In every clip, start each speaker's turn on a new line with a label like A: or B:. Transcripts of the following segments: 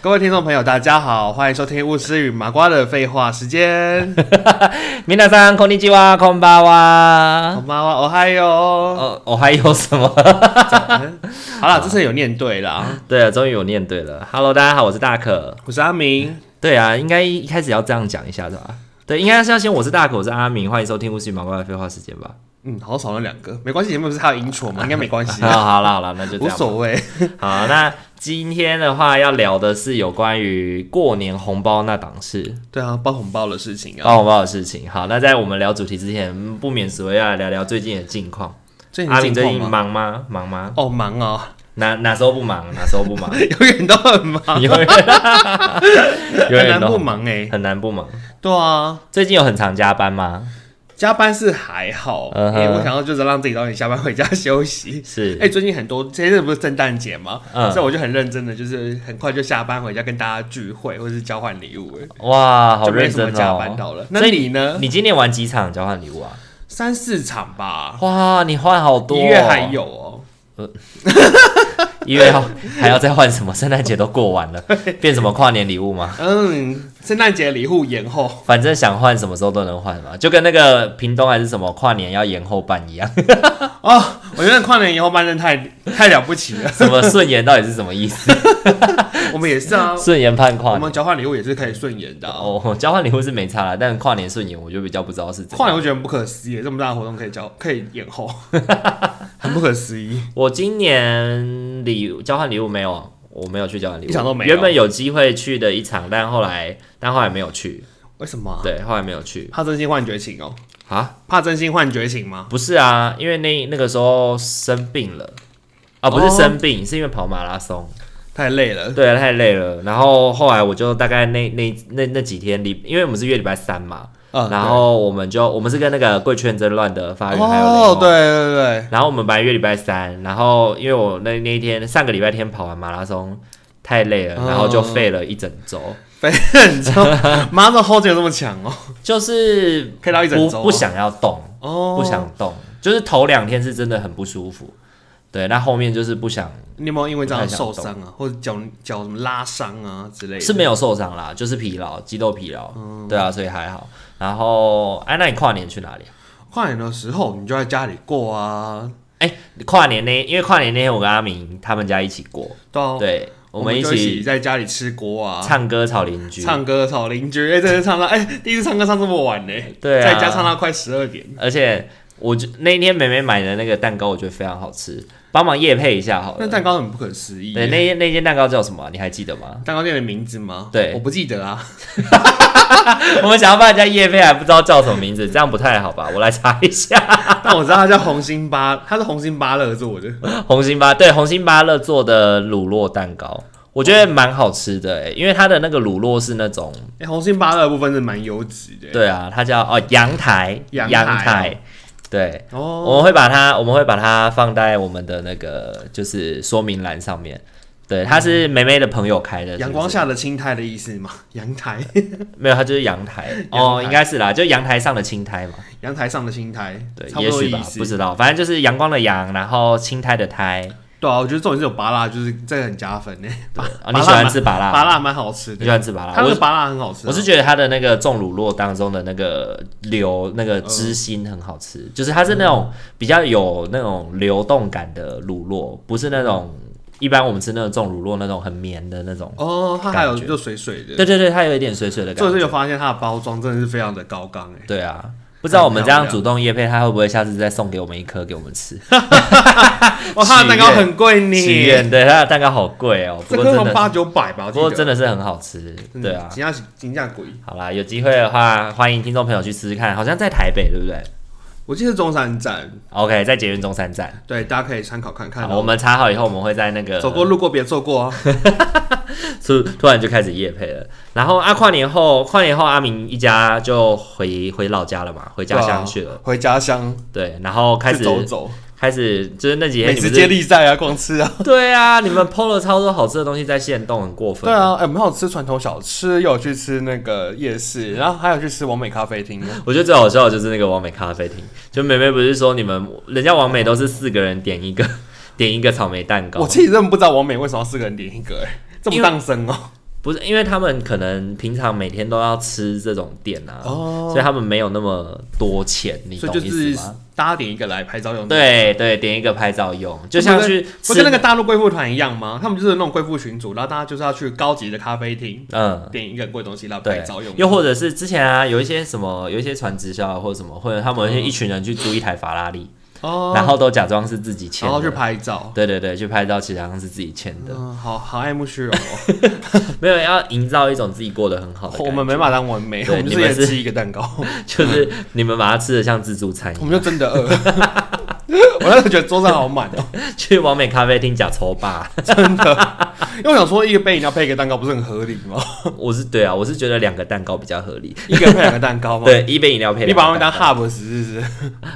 A: 各位听众朋友，大家好，欢迎收听巫师与麻瓜的废话时间。
B: 明大さんこんにちは、こんばん
A: 好
B: は。
A: 妈妈，哦嗨哟！
B: 哦，我还有什么？
A: 好啦，这次有念对啦。
B: 对啊了，终于有念对了。Hello，大家好，我是大可。
A: 我是阿明，
B: 对啊，应该一开始要这样讲一下的吧？对，应该是要先我是大可，我是阿明，欢迎收听巫师与麻瓜的废话时间吧。
A: 嗯，好少了两个，没关系，前面不是还有 intro 吗？应该没关系
B: 好，，好了，好了，那就这
A: 无
B: 样吧。
A: 所谓。
B: 好，那今天的话要聊的是有关于过年红包那档事，
A: 对啊，包红包的事情啊，
B: 包红包的事情。好，那在我们聊主题之前，不免俗要来聊聊最近的近况。
A: 最近
B: 阿
A: 近
B: 明最
A: 况
B: 近
A: 吗？
B: 忙吗？忙吗？
A: 哦，忙哦，
B: 哪哪时候不忙？哪时候不忙？
A: 永远都很忙，
B: 永 远永
A: 哦很
B: 远
A: 难
B: 都
A: 不忙哎。
B: 很难不忙。
A: 对啊，
B: 最近有很常加班吗？
A: 加班是还好，
B: 嗯
A: 因
B: 哼
A: 为我想要就是让自己早点下班回家休息。
B: 是
A: 哎、最近很多，这阵不是圣诞节吗？
B: 嗯
A: 所以我就很认真的，就是很快就下班回家跟大家聚会，或者是交换礼物、哎，
B: 哇，好
A: 就没
B: 认
A: 什么
B: 真
A: 加班
B: 哦。
A: 到了。
B: 所
A: 那
B: 以
A: 你呢？
B: 你今年玩几场交换礼物啊？
A: 三四场吧，
B: 哇，你换好多、
A: 一
B: 哦，
A: 月还有哦。
B: 一月要还要再换什么？圣诞节都过完 了，变什么跨年礼物吗？
A: 嗯，圣诞节礼物延后，
B: 反正想换什么时候都能换嘛，就跟那个屏东还是什么跨年要延后办一 样。
A: 哦我觉得跨年延后办真的太太了不起了。
B: 什么顺延到底是什么意思？
A: 我们也是啊，
B: 顺延判跨
A: 我
B: 年
A: 们交换礼物也是可以顺延的、啊。
B: 哦，交换礼物是没差啦，但跨年顺延我就比较不知道是怎样。
A: 跨年我觉得很不可思议，这么大的活动可以交可以延 后，很不可思议。
B: 我今年礼物交换礼物没有，我没有去交换礼物，
A: 一场都没有
B: 原本有机会去的一场，但后来但后来没有去，
A: 为什么啊、
B: 对，后来没有去
A: 怕真心换绝情哦？
B: 啊，
A: 怕真心换绝情吗？
B: 不是啊，因为那那个时候生病了。啊，不是
A: 哦
B: 生病是因为跑马拉松，
A: 太累了。
B: 对，太累了。然后后来我就大概那那那那几天礼，因为我们是约礼拜三嘛，
A: 嗯
B: 然后我们就我们是跟那个贵圈争乱的发
A: 对
B: 源还有雷
A: 哦，
B: 蒙
A: 对对对，
B: 然后我们本来约礼拜三，然后因为我那那一天上个礼拜天跑完马拉松太累了，
A: 嗯
B: 然后就废了一整周，
A: 反正你知道，妈的后劲有这么强哦？
B: 就是
A: 可以到一 整周
B: 不不想要动，
A: 哦，
B: 不。想动，就是头两天是真的很不舒服，对，那后面就是不想
A: 你有没有因为这样受伤啊，或者脚脚什么拉伤啊之类的？
B: 是没有受伤啦，就是疲劳，肌肉疲劳，对啊，所以还好。然后哎、那你跨年去哪里啊？
A: 跨年的时候，你就在家里过啊，
B: 哎、跨年那因为跨年那天我跟阿明他们家一起过，
A: 对啊，
B: 对，哦我
A: 我
B: 们一
A: 就
B: 起
A: 在家里吃锅啊，
B: 唱歌吵邻居，
A: 唱歌找邻居，哎，真的唱到哎，第一次唱歌唱这么晚呢，
B: 对啊
A: 在家唱到快十二点，
B: 而且我就那天美美买的那个蛋糕，我觉得非常好吃，帮忙夜配一下好
A: 那
B: 了。
A: 蛋糕很不可思议。？
B: 对，那间那间蛋糕叫什么啊、你还记得吗
A: 蛋糕店的名字吗？
B: 对
A: 我不记得啊。
B: 我们想要帮人家夜配，还不知道叫什么名字，这样不太好吧？我来查一下，
A: 但我知道它叫红星巴，它是红星巴乐做的。
B: 红星巴对红星巴乐做的乳酪蛋糕，我觉得蛮好吃的、欸，因为它的那个乳酪是那种，
A: 哎，红星巴乐的部分是蛮优质的。
B: 对啊，它叫哦阳台
A: 阳
B: 阳
A: 台哦
B: 台，对。
A: 哦，
B: 我们会把它，我们会把它放在我们的那个就是说明栏上面。对，它是梅梅的朋友开的，是不是
A: 嗯阳光下的青苔的意思嘛？ 阳台，
B: 没有，它就是阳 台哦，应该是啦，就阳台上的青苔嘛，
A: 阳台上的青苔，
B: 对，
A: 差不
B: 也
A: 多
B: 许
A: 意
B: 吧，
A: 思
B: 不。知道，反正就是阳光的阳，然后青苔的苔。
A: 对啊，我觉得重点是有拔蜡，就是这个很加分呢。
B: 对，哦、
A: 拔蜡
B: 你喜欢
A: 蛮
B: 吃拔
A: 拔
B: 辣？
A: 蜡蛮好吃
B: 你
A: 的
B: 喜，欢吃拔
A: 它
B: 辣？
A: 那个
B: 我
A: 拔蜡很好吃啊。
B: 我是觉得它的那个重乳酪当中的那个流那个汁心很好吃，
A: 嗯
B: 就是它是那种比较有那种流动感的乳酪，不是那种
A: 嗯
B: 一般我们吃那种重乳酪那种很绵的那种。
A: 哦，它还有
B: 感觉
A: 就水水的。
B: 对对对，它有一点水水的感
A: 这
B: 觉。
A: 次有发现它的包装真的是非常的高纲哎，
B: 对啊，不知道我们这样
A: 很漂亮
B: 主动叶配，它会不会下次再送给我们一颗给我们吃？
A: 哇，它的蛋糕很贵
B: 祈
A: 呢，
B: 愿，对它的蛋糕好贵哦，不
A: 这
B: 过
A: 个
B: 真
A: 好像
B: 的，
A: 八九百吧，我
B: 不
A: 记得
B: 过真的是很好吃，对啊
A: 嗯。金价金价贵，
B: 好啦，有机会的话，欢迎听众朋友去试试看，好像在台北，对不对？
A: 我记得中山站，
B: OK，在捷运中山站，
A: 对，大家可以参考看看
B: 好
A: 哦。
B: 我们查好以后，我们会在那个
A: 走过路过别错过哦。
B: 突突然就开始夜配了。然后啊，跨年后，跨年后阿明一家就回回老家了嘛，回家乡去了。
A: 对啊，回家乡
B: 对，然后开
A: 去
B: 始
A: 走走，
B: 开始就是那几天
A: 美
B: 你们
A: 食
B: 是
A: 接力赛啊，逛吃啊。
B: 对啊，你们 PO 了超多好吃的东西在线动，很过分。
A: 对，啊，哎、我们还有吃传统小吃，有去吃那个夜市，然后还有去吃完美咖啡厅。
B: 我觉得最好笑的就是那个完美咖啡厅，就美美不是说你们人家完美都是四个人点一个 点一个草莓蛋
A: 我
B: 糕，
A: 其实真的不知道完美为什么要四个人点一个、哎，这么
B: 因为
A: 当生哦、
B: 不是因为他们可能平常每天都要吃这种店啊，
A: 哦
B: 所以他们没有那么多钱，你
A: 所
B: 懂
A: 以就
B: 意思
A: 是
B: 吗？
A: 大家点一个来拍照用的。
B: 对对，点一个拍照用，就像去
A: 不
B: 吃
A: 跟那个大陆贵妇团一样吗？他们就是那种贵妇群组，然后大家就是要去高级的咖啡厅
B: 嗯，
A: 点一个贵东西，然后
B: 对
A: 拍照用，。
B: 又或者是之前啊，有一些什么，有一些传直销啊，或者什么，或者他们有一些一群人去租一台法拉利，
A: 哦，
B: 然后都假装是自己签
A: 然
B: 的，
A: 后去拍照。
B: 对对对，去拍照，其实好像是自己签的，
A: 嗯，好好爱慕虚荣、 哦。
B: 没有要营造一种自己过得很好的感觉。
A: 我们没把它当完美，
B: 对
A: 我们
B: 你
A: 就是
B: 们
A: 也
B: 是
A: 吃一个蛋糕，
B: 就是你们把它吃的像自助餐一
A: 我
B: 样，
A: 们就真的饿。 我那时候觉得桌上好满哦，
B: 去完美咖啡厅假抽吧。
A: 因为我想说一个杯饮料配一个蛋糕不是很合理吗？
B: 我是对啊，我是觉得两个蛋糕比较合理，
A: 一个人配两个蛋糕吗？，
B: 对，一杯饮料配
A: 你
B: 两
A: 把
B: 个
A: 它们
B: 蛋
A: 当
B: 糕。
A: hub 吃是不是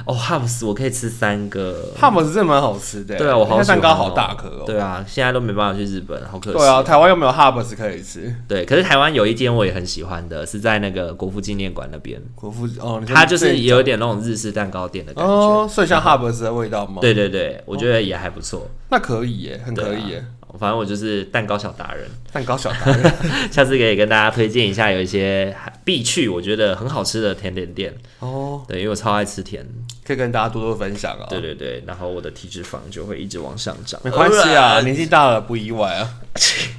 B: 哦，Hubs 我可以吃三个。
A: ？hub 是真的蛮好吃的，
B: 对啊，我好
A: 那
B: 喜欢
A: 蛋糕
B: 哦
A: 好大颗哦。
B: 对啊，现在都没办法去日本，好可惜。
A: 对啊，台湾又没有 hub 可以吃。
B: 对，可是台湾有一间我也很喜欢的，是在那个国父纪念馆那边，
A: 国父哦，你说
B: 它就是
A: 最
B: 有一点那种日式蛋糕店的感觉。
A: 哦，所以像 hub 斯的味道吗？，
B: 对对对，我觉得也还不错，
A: 那可以耶，很可以
B: 对
A: 耶
B: 啊。反正我就是蛋糕小达人，
A: 蛋糕小达人
B: 下次可以跟大家推荐一下，有一些必去，我觉得很好吃的甜点店。
A: 哦，
B: 对，因为我超爱吃甜。
A: 可以跟大家多多分享啊。
B: 对对对，然后我的体脂肪就会一直往上涨。
A: 没关系啊，
B: 你
A: 年纪大了不意外啊。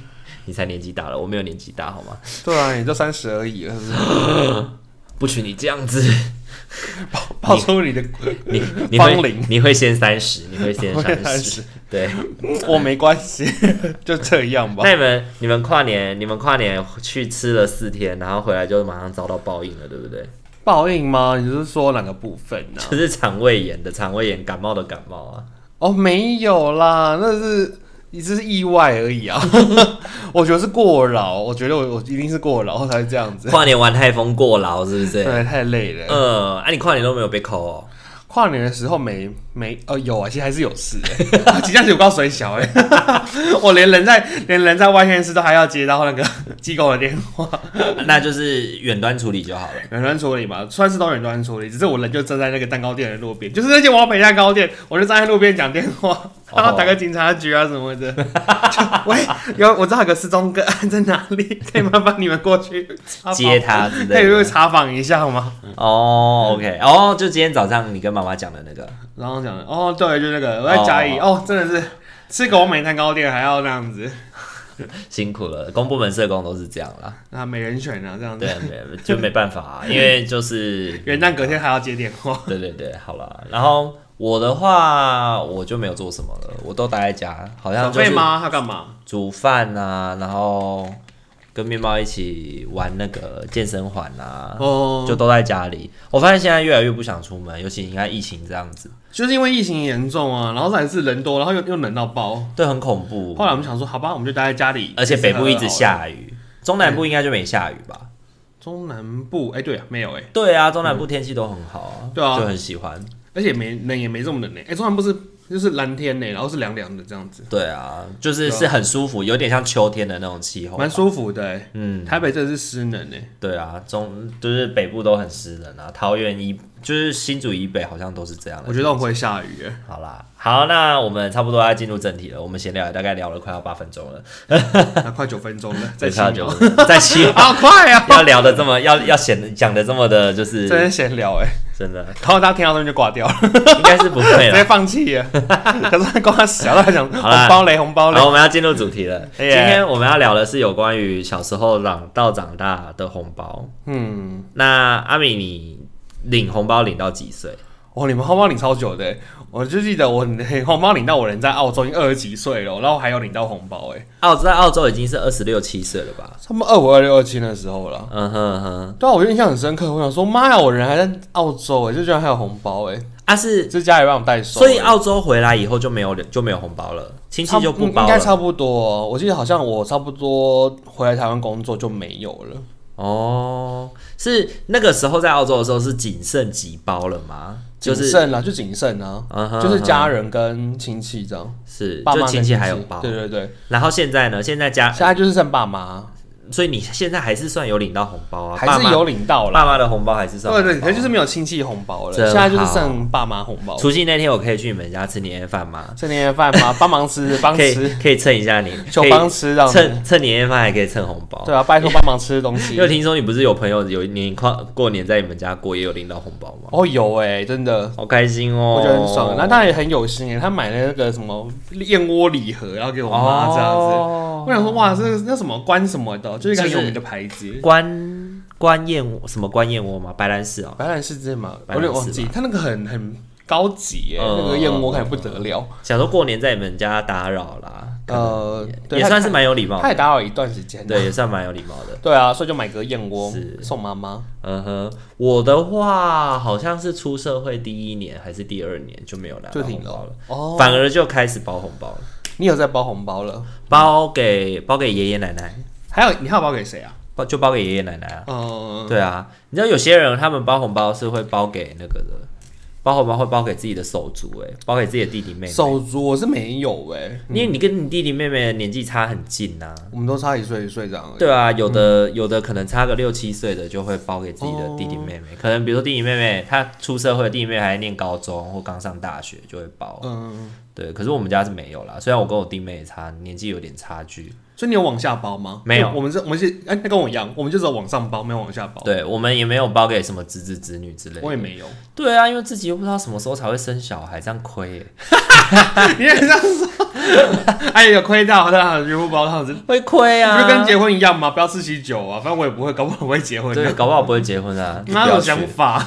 B: 你才年纪大了，我没有年纪大好吗？
A: 对啊，你就三十而已了，是不 是
B: 不许你这样子，
A: 爆出你的，
B: 你你
A: 芳
B: 会
A: 龄
B: 你会先三十，你会先
A: 我也
B: 三十
A: 30，
B: 对。
A: 我没关系， 就这样吧。
B: 那你们你们跨年你们跨年去吃了四天，然后回来就马上遭到报应了，对不对？
A: 报应吗？你是说哪个部分啊呢？
B: 就是肠胃炎的肠胃炎，感冒的感冒 啊。
A: 哦，没有啦，那是。你只是意外而 已啊，我觉得是过劳，我觉得我我一定是过劳才会这样子，
B: 跨年玩太疯过劳是不是？
A: 对，太累了。
B: 嗯，啊，你跨年都没有被扣哦。
A: 跨年的时候没没呃有啊，其实还是有事、 欸，即将有告水小哎、 我连人在连人在外县市都还要接到那个 机构的电话，
B: 那就是远端处理就好了。
A: 远端处理嘛，算是都远端处理，只是我人就站在那个蛋糕店的路边，就是那间王北蛋糕店，我就站在路边讲电话，
B: 哦
A: 然后打个警察局啊什么的， 就喂，有我知道有个失踪个案在哪里，可以麻烦你们过去查访
B: 接，他之
A: 可以
B: 类
A: 过
B: 的
A: 去查访一下吗？
B: 哦，OK，哦，就今天早上你跟妈妈讲的那个，
A: 然后讲哦，对，就那个我在家里哦真的是吃个王美蛋糕店还要那样子，
B: 辛苦了，公部门社工都是这样 啦，
A: 啊，没人选啊，这样子
B: 对。啊，没就没办法啊，因为就是
A: 元旦隔天还要接电话，
B: 对对对，好了。然后我的话，我就没有做什么了，我都待在家，好像
A: 小
B: 就
A: 费
B: 是
A: 吗？他干嘛？
B: 煮饭啊，然后跟面包一起玩那个健身环啊，
A: 哦，
B: 就都在家里。我发现现在越来越不想出门，尤其应该疫情这样子，
A: 就是因为疫情严重啊，然后再来是人多，然后又又冷到爆。
B: 对，很恐怖
A: 后。来我们想说，好吧，我们就待在家里。
B: 哦而且北部一直
A: 好了，
B: 下雨，中南部应该就没下雨吧？
A: 中南部哎、对啊，没有哎、
B: 对啊，中南部天气都很好啊，
A: 对啊
B: 就很喜欢。
A: 而且没冷也没这么冷哎、哎、中南部是就是蓝天呢、然后是凉凉的这样子，
B: 对啊，就是
A: 对啊
B: 是很舒服，有点像秋天的那种气候吧，
A: 蛮舒服的、哎
B: 嗯。
A: 台北真的是湿冷哎、
B: 对啊，中就是北部都很湿冷啊，桃园以就是新竹以北好像都是这样的。
A: 我觉得我们会下雨、哎
B: 好啦，好，那我们差不多要进入正题了。我们闲聊也大概聊了快要八分钟了，
A: 那快九分钟了， 再
B: 差
A: 七
B: 九
A: 秒，
B: 分钟，再七
A: 好快啊！
B: 要聊的这么要要显讲的这么的，就是
A: 真是闲聊哎、
B: 真的
A: 然后大家听到这边就挂掉了，
B: 应该是不会
A: 直
B: 了
A: 接。放弃了。可是他挂小，他想红
B: 啊好啦
A: 包雷，红包雷
B: 好，。我们要进入主题了。今
A: Yeah
B: 天我们要聊的是有关于小时候长到长大的红包。
A: 嗯，
B: 那阿米，你领红包领到几岁？
A: 哦，你们红包领超久的欸，我就记得我红包领到我人在澳洲已经二十几岁了，然后还有领到红包，哎，
B: 澳在澳洲已经是二十六七岁了吧？
A: 差不多二五、二六、二七的时候了。
B: 嗯哼哼。
A: 欸对啊，我印象很深刻，我想说，妈呀，我人还在澳洲，哎，就居然还有红包，哎，
B: 啊是，
A: 这家里让我们代收，
B: 所以澳洲回来以后就没有就没有红包了，亲
A: 差
B: 戚就不包
A: 嗯应该差
B: 了。
A: 不多。我记得好像我差不多回来台湾工作就没有了。
B: 哦，是那个时候在澳洲的时候是仅剩几包了吗？就
A: 谨
B: 是
A: 慎啊，就谨慎啊，
B: 嗯哼
A: 就是
B: 嗯
A: 家人跟亲戚这样，
B: 哼是
A: 爸妈
B: 就
A: 跟
B: 亲戚还有包，哎
A: 对对对，
B: 然后现在呢？现在家
A: 现，在就是剩爸妈，
B: 所以你现在还是算有领到红包啊，
A: 还
B: 爸
A: 是
B: 妈
A: 有领到啦。
B: 爸妈的红包还是算
A: 对
B: 红包啊
A: 对，可是就是没有亲戚红包了，
B: 真好
A: 现在就是剩爸妈红包。
B: 除夕那天我可以去你们家吃年夜饭吗？
A: 吃年夜饭嘛，帮 忙吃，帮
B: 可以
A: 吃，
B: 可以蹭一下 你，
A: 就
B: 可以
A: 帮吃这样子。
B: 蹭蹭年夜饭还可以蹭红包。
A: 对啊，拜托帮忙吃东西
B: 又。听说你不是有朋友有年跨过年在你们家过，也有领到红包吗？
A: 哦，有哎，真的，
B: 好开心哦，
A: 我觉得很爽。啊那他也很有心哎，他买了那个什么燕窝礼盒，然后给我妈这样子。
B: 哦
A: 我想说，哇，这个那什么关什么的，就是一个很
B: 就是
A: 有名的牌子。
B: 关关燕窝什么关燕窝吗？白兰氏哦，
A: 白兰氏芝麻，我
B: 白
A: 有
B: 兰氏
A: 点忘记，它那个很很高级耶，
B: 嗯
A: 那个燕窝看起来不得了。
B: 想说过年在你们家打扰啦，
A: 呃，对
B: 也
A: 它
B: 算是蛮有礼貌
A: 它
B: 的，
A: 也打扰一段时间。
B: 对，也算蛮有礼貌的。
A: 对啊，所以就买个燕窝
B: 是
A: 送妈妈。
B: 嗯哼，我的话好像是出社会第一年还是第二年就没有拿到
A: 就停
B: 红包了，
A: 哦，
B: 反而就开始包红包了，
A: 你有在包红包了？
B: 包给包给爷爷奶奶，
A: 还有你还有包给谁啊？
B: 包就包给爷爷奶奶啊。
A: 嗯，
B: 对啊，你知道有些人他们包红包是会包给那个的，包红包会包给自己的手足、欸，哎，包给自己的弟弟妹妹，
A: 手足我是没有哎，
B: 因为你跟你弟弟妹妹的年纪差很近啊呐、
A: 我们都差一岁一岁这样而已。
B: 对啊，有
A: 嗯
B: 的、有的可能差个六七岁的就会包给自己的弟弟妹妹，
A: 哦
B: 可能比如说弟弟妹妹她出社会，弟弟妹妹还在念高中或刚上大学就会包。
A: 嗯，
B: 对，可是我们家是没有啦，虽然我跟我弟妹也差年纪有点差距，
A: 所以你有往下包吗？
B: 没有
A: 我们是我们是哎，那跟我一样，我们就只有往上包，没有往下包。
B: 对我们也没有包给什么侄子侄女之类
A: 我
B: 的。
A: 也没有，
B: 对啊，因为自己又不知道什么时候才会生小孩，这样亏、欸。
A: 你也这样说， 哎，有亏到，他全部包这样子，
B: 会亏啊，
A: 不就跟结婚一样吗？不要吃喜酒啊，反正我也不会，搞不好我会结婚
B: 对，
A: 的。
B: 搞不好不会结婚啊，
A: 哪
B: 就不要
A: 有
B: 去
A: 想法？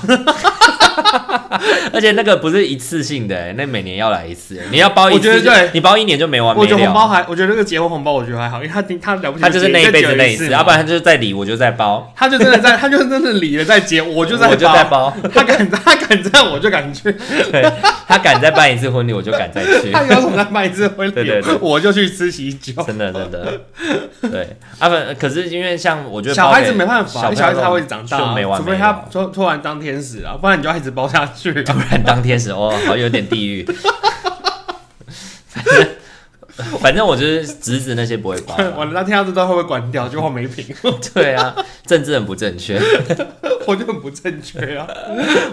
B: 而且那个不是一次性的、欸，那每年要来一次欸、你要包一次就，
A: 我觉得对
B: 你包一年就没啊完没
A: 我觉得红包
B: 了。
A: 还，我觉得那个结婚红包我觉得还好，因为他他了不起，
B: 他就是那
A: 一
B: 一辈子那一次，
A: 次，
B: 要不然他就是再理我就再包，
A: 他就真的在， 他就真的离了再结，我就在
B: 我就再
A: 包，
B: 包。
A: 他敢 他敢这样，我就敢去，
B: 对他敢再办一次婚礼，我就敢再 去
A: 他。有什么再办一次婚
B: 对
A: 礼
B: 对对，
A: 我就去吃喜酒。
B: 真的真的，对啊不，可是因为像我觉得
A: 小
B: 包
A: 孩
B: 给
A: 子没办法，
B: 小
A: 因为小孩
B: 朋
A: 子
B: 友
A: 他会长大
B: 就
A: 啊
B: 没，完
A: 除
B: 没
A: 非他
B: 了。
A: 突突然当天使啊，不然你就要一直包下去 啊。
B: 突然当天使，哦，好有点地狱。反正 反正我就是侄子那些不会包啦，啊
A: 我当天要知道会不会关掉，就我没品，
B: 对啊，政治很不正确。
A: 我就很不正确啊。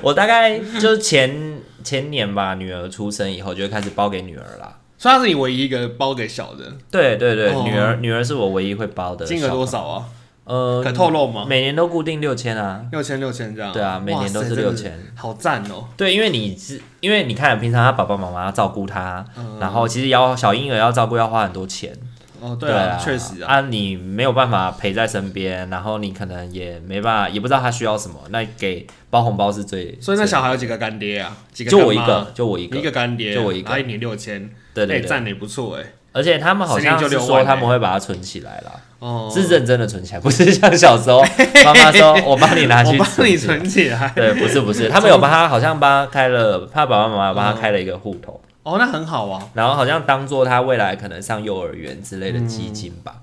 B: 我大概就是前前年吧，女儿出生以后就会开始包给女儿啦。
A: 所以他是你唯一一个包给小的，
B: 对对对，
A: 哦
B: 女儿女儿是我唯一会包的。
A: 金额多？少啊？
B: 呃，
A: 可透露吗？
B: 每年都固定六千啊。
A: 六千六千这样。
B: 对啊每年都是
A: 哇塞真的
B: 6000
A: 好赞哦。
B: 对，因为你是因为你看，平常他爸爸妈妈要照顾他，
A: 嗯
B: 然后其实要小婴儿要照顾要花很多钱。
A: 哦，
B: 对
A: 对啊，确实啊。
B: 啊，你没有办法陪在身边，然后你可能也没办法，也不知道他需要什么，那给包红包是最。
A: 所以那
B: 最
A: 小孩有几个干爹啊？几个
B: 就我一
A: 干妈
B: 个，，就我一
A: 你
B: 个，
A: 一个干爹，
B: 就我一个
A: 然后一年六千，
B: 对
A: 哎
B: 对对。
A: 赞的也不错哎。
B: 而且他们好像是
A: 十年就六
B: 说
A: 万欸
B: 他们会把它存起来啦。
A: 哦，
B: 是认真的存起来，不是像小 时候妈妈说我帮你拿
A: 我
B: 去
A: 帮你
B: 起来。
A: 存起来。
B: 对，不是不是，他们有帮他，好像帮他开了，他爸爸妈妈有帮他开了一个户头，
A: 哦，那很好啊，
B: 然后好像当做他未来可能上幼儿园之类的基金吧。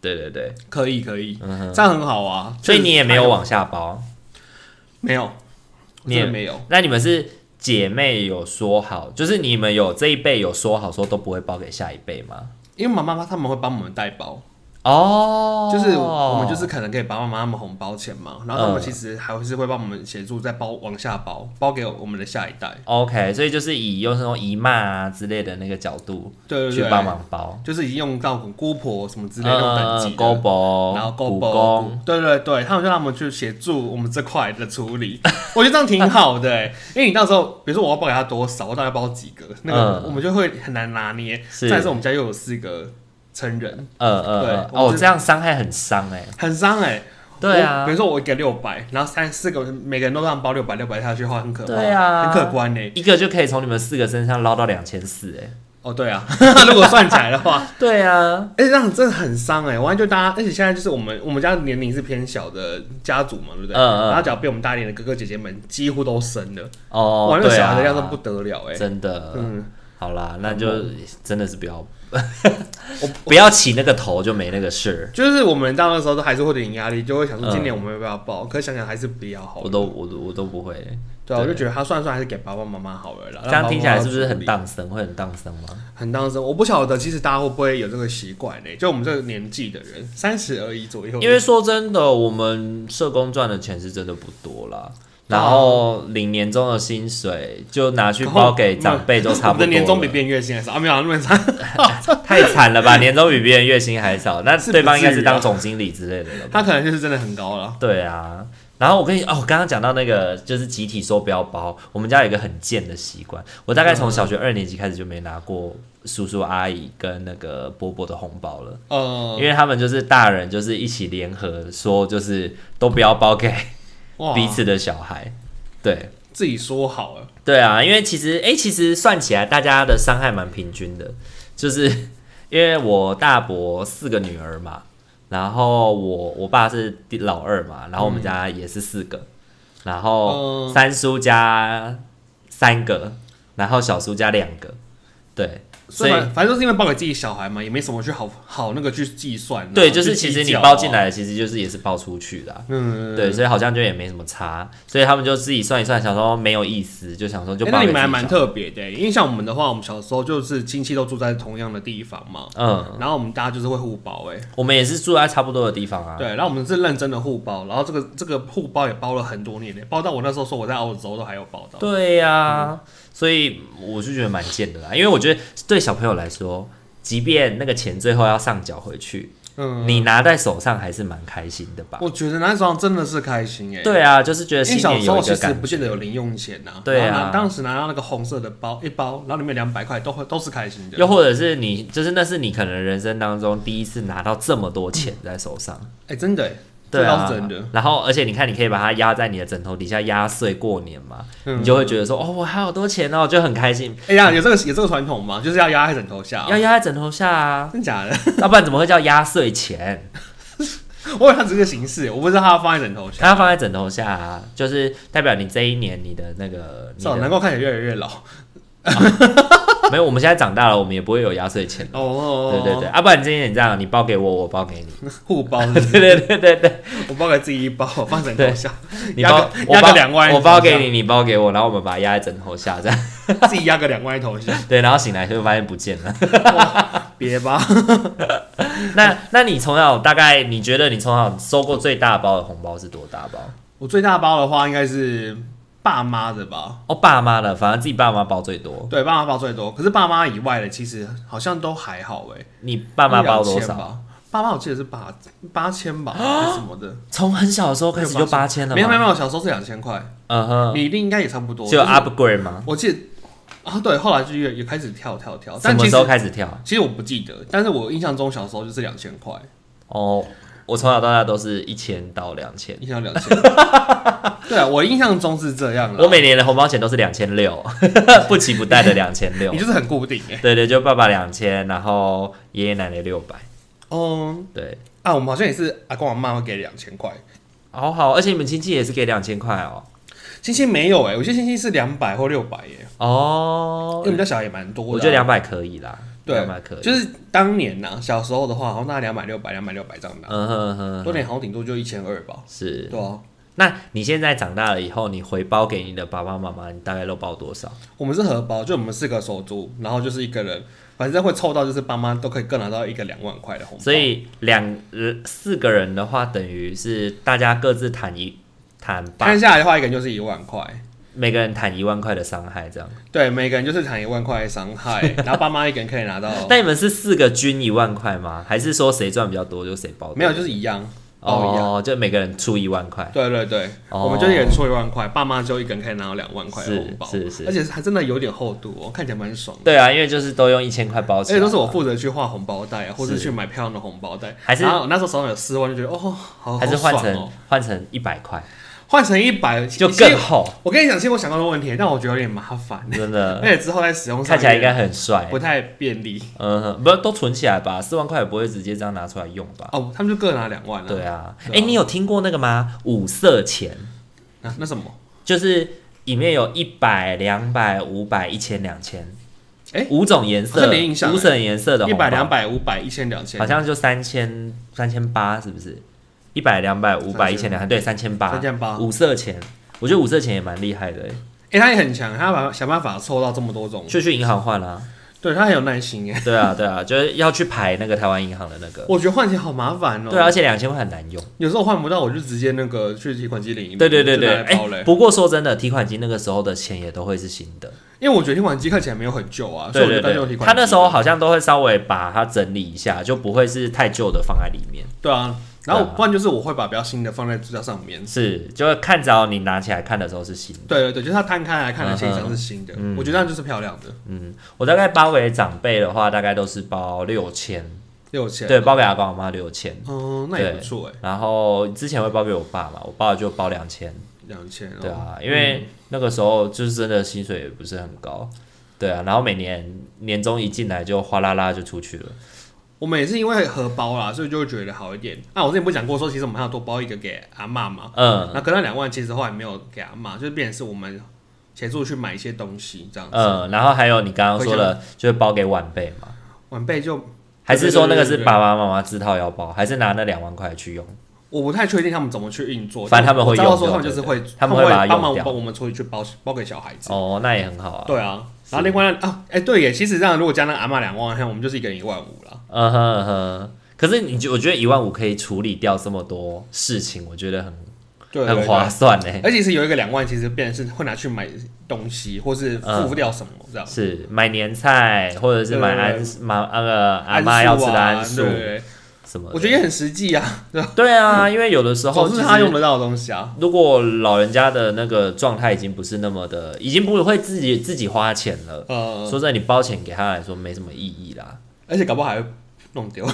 B: 对对对，
A: 可以可以，
B: 嗯哼，
A: 这样很好啊。
B: 所以你也没有
A: 就是
B: 往下包。
A: 没有，
B: 你也
A: 真的没有。
B: 那你们是姐妹有说好，就是你们有这一辈有说好说都不会包给下一辈吗？
A: 因为妈妈他们会帮我们带包，
B: 哦，
A: 就是我们就是可能可以帮妈妈他们红包钱嘛，然后他们
B: 嗯
A: 其实还会是会帮我们协助再包往下包，包给我们的下一代。
B: OK，所以就是以用那种姨妈啊之类的那个角度
A: 对对
B: 去
A: 对，
B: 帮忙包。
A: 就是已经用到姑婆什么之类那种等级
B: 嗯勾
A: 的。
B: 博，
A: 然后
B: 古宫，
A: 勾包，对对对，他们就让我们去协助我们这块的 处理，我觉得这样挺好的、欸，因为你到时候，比如说我要包给他多少，我大概包几个，那个
B: 嗯
A: 我们就会很难拿捏。
B: 是
A: 再来是我们家又有四个成人，
B: 呃呃，
A: 对我
B: 哦，
A: 就
B: 这样伤害很伤哎，
A: 很伤哎、欸。
B: 对
A: 我
B: 啊
A: 比，如说我给六百，然后三四个每个人都让包六百六百下去的话，很可怕，
B: 对啊
A: 很可观呢、欸
B: 一个就可以从你们四个身上捞到两千四哎，
A: 哦，对啊， 如果算起来的话，
B: 对啊，
A: 哎、那真的很伤哎、完全就大家，而且现在就是我们我们家年龄是偏小的家族嘛，对不对？
B: 嗯嗯
A: 然后只要比我们大一点的哥哥姐姐们几乎都生了，
B: 哦，
A: 哇，那
B: 对
A: 小孩
B: 啊
A: 的，样子不得了哎、
B: 真的，
A: 嗯，
B: 好啦，那就真的是不 要，
A: 我
B: 不要起那个头就没那个事儿。
A: 就是我们到那时候都还是会有点压力，就会想说
B: 嗯
A: 今年我们要不要报？可是想想还是不要好
B: 我
A: 了。
B: 都我都我都不会，
A: 对啊，我就
B: 对
A: 觉得他算算还是给爸爸妈妈好了啦。
B: 这样听起来是不是
A: 让
B: 很
A: 爸爸妈妈
B: 荡生？会很荡生吗？
A: 处理很当真？我不晓得，其实大家会不会有这个习惯呢？就我们这个年纪的人，三十而已左右，
B: 因为说真的，我们社工赚的钱是真的不多啦，
A: 啊
B: 然后领年终的薪水就拿去包给长辈，就差
A: 我
B: 不
A: 们
B: 多
A: 的
B: 了。
A: 年终比别人月薪还少啊，没有啊，那么差。
B: 太惨了吧？年终比别人月薪还少，那
A: 是不
B: 对方应该
A: 至于
B: 是
A: 啊
B: 当总经理之类的了吧？
A: 他可能就是真的很高了。
B: 对啊。然后我跟你哦，我刚刚讲到那个就是集体收不要包，我们家有一个很贱的习惯，我大概从小学二年级开始就没拿过叔叔阿姨跟那个伯伯的红包了，
A: 呃，
B: 因为他们就是大人就是一起联合说就是都不要包给
A: 哇，
B: 彼此的小孩，对
A: 自己说好了，
B: 对啊，因为其实哎、其实算起来大家的伤害蛮平均的，就是因为我大伯四个女儿嘛，然后我我爸是第老二嘛，然后我们家也是四个，然后
A: 嗯
B: 三叔家三个，然后小叔家两个，对，所
A: 所以
B: 以
A: 反反正就是因为报给自己小孩嘛，也没什么去好好那个去计算。
B: 对，
A: 然后
B: 就是
A: 去
B: 其实
A: 计
B: 你
A: 较哦啊
B: 包进，来，其实就是也是包出去的啊、
A: 嗯，
B: 对，所以好像就也没什么差，所以他们就自己算一算，想说没有意思，就想说就
A: 欸
B: 包
A: 那
B: 给
A: 你
B: 自
A: 们
B: 己
A: 还
B: 小
A: 蛮特别的欸、因为像我们的话，我们小时候就是亲戚都住在同样的地方嘛，
B: 嗯，
A: 然后我们大家就是会互包哎、
B: 我们也是住在差不多的地方啊，
A: 对，然后我们是认真的互包，然后这个这个互包也包了很多年、欸，包到我那时候说我在澳洲都还有包到，
B: 对呀、所以我就觉得蛮贱的啦，因为我觉得对小朋友来说，即便那个钱最后要上缴回去，
A: 嗯，
B: 你拿在手上还是蛮开心的吧？
A: 我觉得那时候真的是开心哎、欸，
B: 啊对啊，就是觉得
A: 因为
B: 心
A: 小
B: 里
A: 时
B: 有
A: 候
B: 一
A: 其
B: 个
A: 实
B: 感
A: 不见得有零用钱呐、
B: 对啊
A: 然后拿当时拿到那个红色的包一包，然后里面两百块，都会都是开心的。
B: 又或者是你，就是那是你可能人生当中第一次拿到这么多钱在手上，
A: 哎、真的、欸，
B: 对
A: 这倒
B: 啊
A: 是真的。。
B: 然后，而且你看，你可以把它压在你的枕头底下压碎过年嘛，
A: 嗯
B: 你就会觉得说，哦，我还有好多钱哦，就很开心，
A: 哎呀，有这个有这个传统吗？就是要压在枕头下、哦
B: 要压在枕头下啊，
A: 真假的？
B: 要不然怎么会叫压岁钱？
A: 我以为它只是个形式欸，我不知道它放在枕头下。
B: 它放在枕头下、啊，就是代表你这一年你的那个你
A: 是哦，难
B: 的
A: 怪看起来越来越老。
B: 没有。我们现在长大了，我们也不会有压岁钱。
A: 哦
B: 对对对，，啊，不然今天你这样，你包给我，我包 给你。
A: 互包是不是，
B: 对对对对对，
A: 我包给自己一包，我放枕头下，
B: 你
A: 压
B: 包
A: 个
B: 我
A: 压
B: 包
A: 个两万，
B: 我包给，你，你包给我，然后我们把它压在枕头下，这样
A: 自己压个两万头下，
B: 对，然后醒来就发现不见了。
A: 别吧。
B: 那那你从小大概你觉得你从小收过最大包的红包是多大包？
A: 我最大包的话应该是爸妈的吧，
B: 哦，爸妈的，反正自己爸妈包最多。
A: 对，爸妈包最多，可是爸妈以外的其实好像都还好哎。
B: 你爸妈包
A: 一
B: 多
A: 两千
B: 少？
A: 吧？爸妈我记得是八八千吧，还是什么 的？
B: 从很小的时候开始就八千了吗？
A: 没有没有没有，小时候是两千块，
B: 嗯哼，
A: 你一定应该也差不多。
B: 就
A: 就是
B: upgrade 吗？
A: 我记得啊，对，后来就也也开始跳跳跳，
B: 什
A: 但
B: 么
A: 其
B: 时
A: 实
B: 候开始跳？
A: 其实我不记得，但是我印象中小时候就是两千块，
B: 哦，我从小到大都是一千到两千，
A: 印象两 千。对啊，我印象中是这样的。
B: 我每年的红包钱都是两千 六，不急不待的两千 六
A: 你。就是很固定哎、
B: 对对，就爸爸两千，然后爷爷奶奶六百，
A: 嗯
B: 对，
A: 啊，我们好像也是阿公阿妈会给两千块，
B: 好好，而且你们亲戚也是给两千块哦。
A: 亲戚没有哎、我觉得亲戚是两百或六百耶，因为
B: 哦
A: 我，们家小孩也蛮多的啊、
B: 我觉得两百可以啦，
A: 对
B: 两百可以，
A: 就是当年呐、小时候的话，好像大概两百六百、两百六百这样拿，
B: 嗯哼哼哼，
A: 多点好像顶多就一千二吧。
B: 是。
A: 对啊，
B: 那你现在长大了以后，你回包给你的爸爸妈妈，你大概都包多少？
A: 我们是荷包，就我们四个手足，然后就是一个人，反正会凑到就是爸妈都可以各拿到一个两万块的红包。
B: 所以两呃四个人的话，等于是大家各自谈一谈吧。
A: 摊下来的话，一个人就是一万块。
B: 每个人谈一万块的伤害，这样。
A: 对，每个人就是谈一万块的伤害， 然后爸妈一个人可 以拿到，
B: 那你们是四个均一万块吗？还是说谁赚比较多就谁包多？
A: 没有就是一样，包一样。
B: 哦，就每个人出一万块。
A: 对对对，
B: 哦
A: 我们就一人出一万块，爸妈就一个人可以拿到两万块的
B: 是
A: 红包，
B: 是是
A: 而且还真的有点厚度哦，看起来蛮爽的。
B: 对啊，因为就是都用一千块包
A: 而
B: 起来
A: 且
B: 嘛，
A: 哎都是我负责去画红包袋啊，或是
B: 啊是
A: 去买漂亮的红包袋，
B: 还是
A: 然后我那时候手上有四万，就觉得哦，好，好
B: 还是换
A: 爽
B: 成
A: 哦，
B: 换成一百块，
A: 换成一百
B: 就更好，
A: 我跟你讲，其实我想到的问题，但我觉得有点麻烦，
B: 真
A: 而
B: 的
A: 且之后在使用上
B: 呃看起来应该很帅
A: 不。太便利。
B: 嗯哼，不都存起来吧，四万块也不会直接这样拿出来用吧？
A: 哦，他们就各拿两万了。
B: 对啊，
A: 对啊
B: 哎、你有听过那个吗？五色钱，
A: 啊，那什么？
B: 就是里面有一百、两百、五百、一千、两千，
A: 诶
B: 五种颜
A: 哎好
B: 色，
A: 像没印象
B: 五种颜色的
A: 一
B: 红包
A: 百、两，百、五百、一千、两千，
B: 好像就三千、三千八，是不是？一百、两百、五百、一千、两千，对，三千八
A: 三，千八。
B: 五色钱。我觉得五色钱也蛮厉害的、诶
A: 哎，他也很强，他把想办法凑到这么多种。
B: 就去银行换啦、
A: 对他很有耐心耶。
B: 对 啊，对啊，就是要去排那个台湾银行的那个。
A: 我觉得换钱好麻烦哦。
B: 对啊，而且两千块很难用。
A: 有时候换不到，我就直接那个去提款机领一领。
B: 对对对对，
A: 就拿来包
B: 哎、
A: 嘞。
B: 不过说真的，提款机那个时候的钱也都会是新的。
A: 因为我觉得提款机看起来没有很旧啊，所以
B: 对
A: 我
B: 对
A: 就干脆用
B: 对啊
A: 提，款机。
B: 他那时候好像都会稍微把它整理一下，就不会是太旧的放在里面。
A: 对啊，然后
B: 对啊
A: 不然就是我会把比较新的放在支架上面。
B: 是，就是看着你拿起来看的时候是新的。
A: 对对对，就是它摊开来看的现象是新的，
B: 嗯
A: 我觉得那就是漂亮的
B: 嗯，我大概包给长辈的话，大概都是包六千，
A: 六千。
B: 对，包给阿公阿妈六千。
A: 嗯，那也不错哎，
B: 然后之前会包给我爸嘛，我爸就包两千，
A: 哦两千。
B: 对，啊，因
A: 嗯
B: 为那个时候就是真的薪水也不是很高，对啊，然后每年年终一进来就哗啦啦就出去了，
A: 嗯我们也是因为荷包啦，所以就会觉得好一点。啊，我之前不是讲过说，其实我们还要多包一个给阿嬷嘛。
B: 嗯
A: 那可那两万其实后来没有给阿嬷，就是变成是我们协助去买一些东西这样子。
B: 嗯，然后还有你刚刚说的，就是包给晚辈嘛，
A: 晚辈就
B: 还是说那个是
A: 对对对对对
B: 爸爸妈妈自掏腰包，还是拿那两万块去用？
A: 我不太确定他们怎么去运作，
B: 反正他们会
A: 我知道
B: 用
A: 说他们
B: 掉
A: 就是
B: 对
A: 会
B: 对，他们
A: 会
B: 会把它
A: 帮
B: 用
A: 忙
B: 掉
A: 帮我们出去去包包给小孩子。
B: 哦，那也很好啊，
A: 对啊，然后另外呢啊，哎、对耶，其实这样如果加那个阿嬷两万，我们就是一个人一万五了。
B: 嗯哼嗯哼。可是你就我觉得一万五可以处理掉这么多事情，我觉得很
A: 对
B: 很划算欸呢、
A: 而且其实有一个两万，其实变成是会拿去买东西，或是付掉什么这样。
B: 是买年菜，或者是买
A: 对
B: 安妈那个阿
A: 安
B: 妈要吃的
A: 安
B: 安素
A: 对对啊对
B: 什么的？
A: 我觉得也很实际啊，
B: 对啊，因为有的时候
A: 总是
B: 其
A: 他
B: 实
A: 用得到的东西啊。
B: 如果老人家的那个状态已经不是那么的，已经不会自己自己花钱了。
A: 呃，
B: 说真的，你包钱给他来说没什么意义啦。
A: 而且搞不好还会弄丢。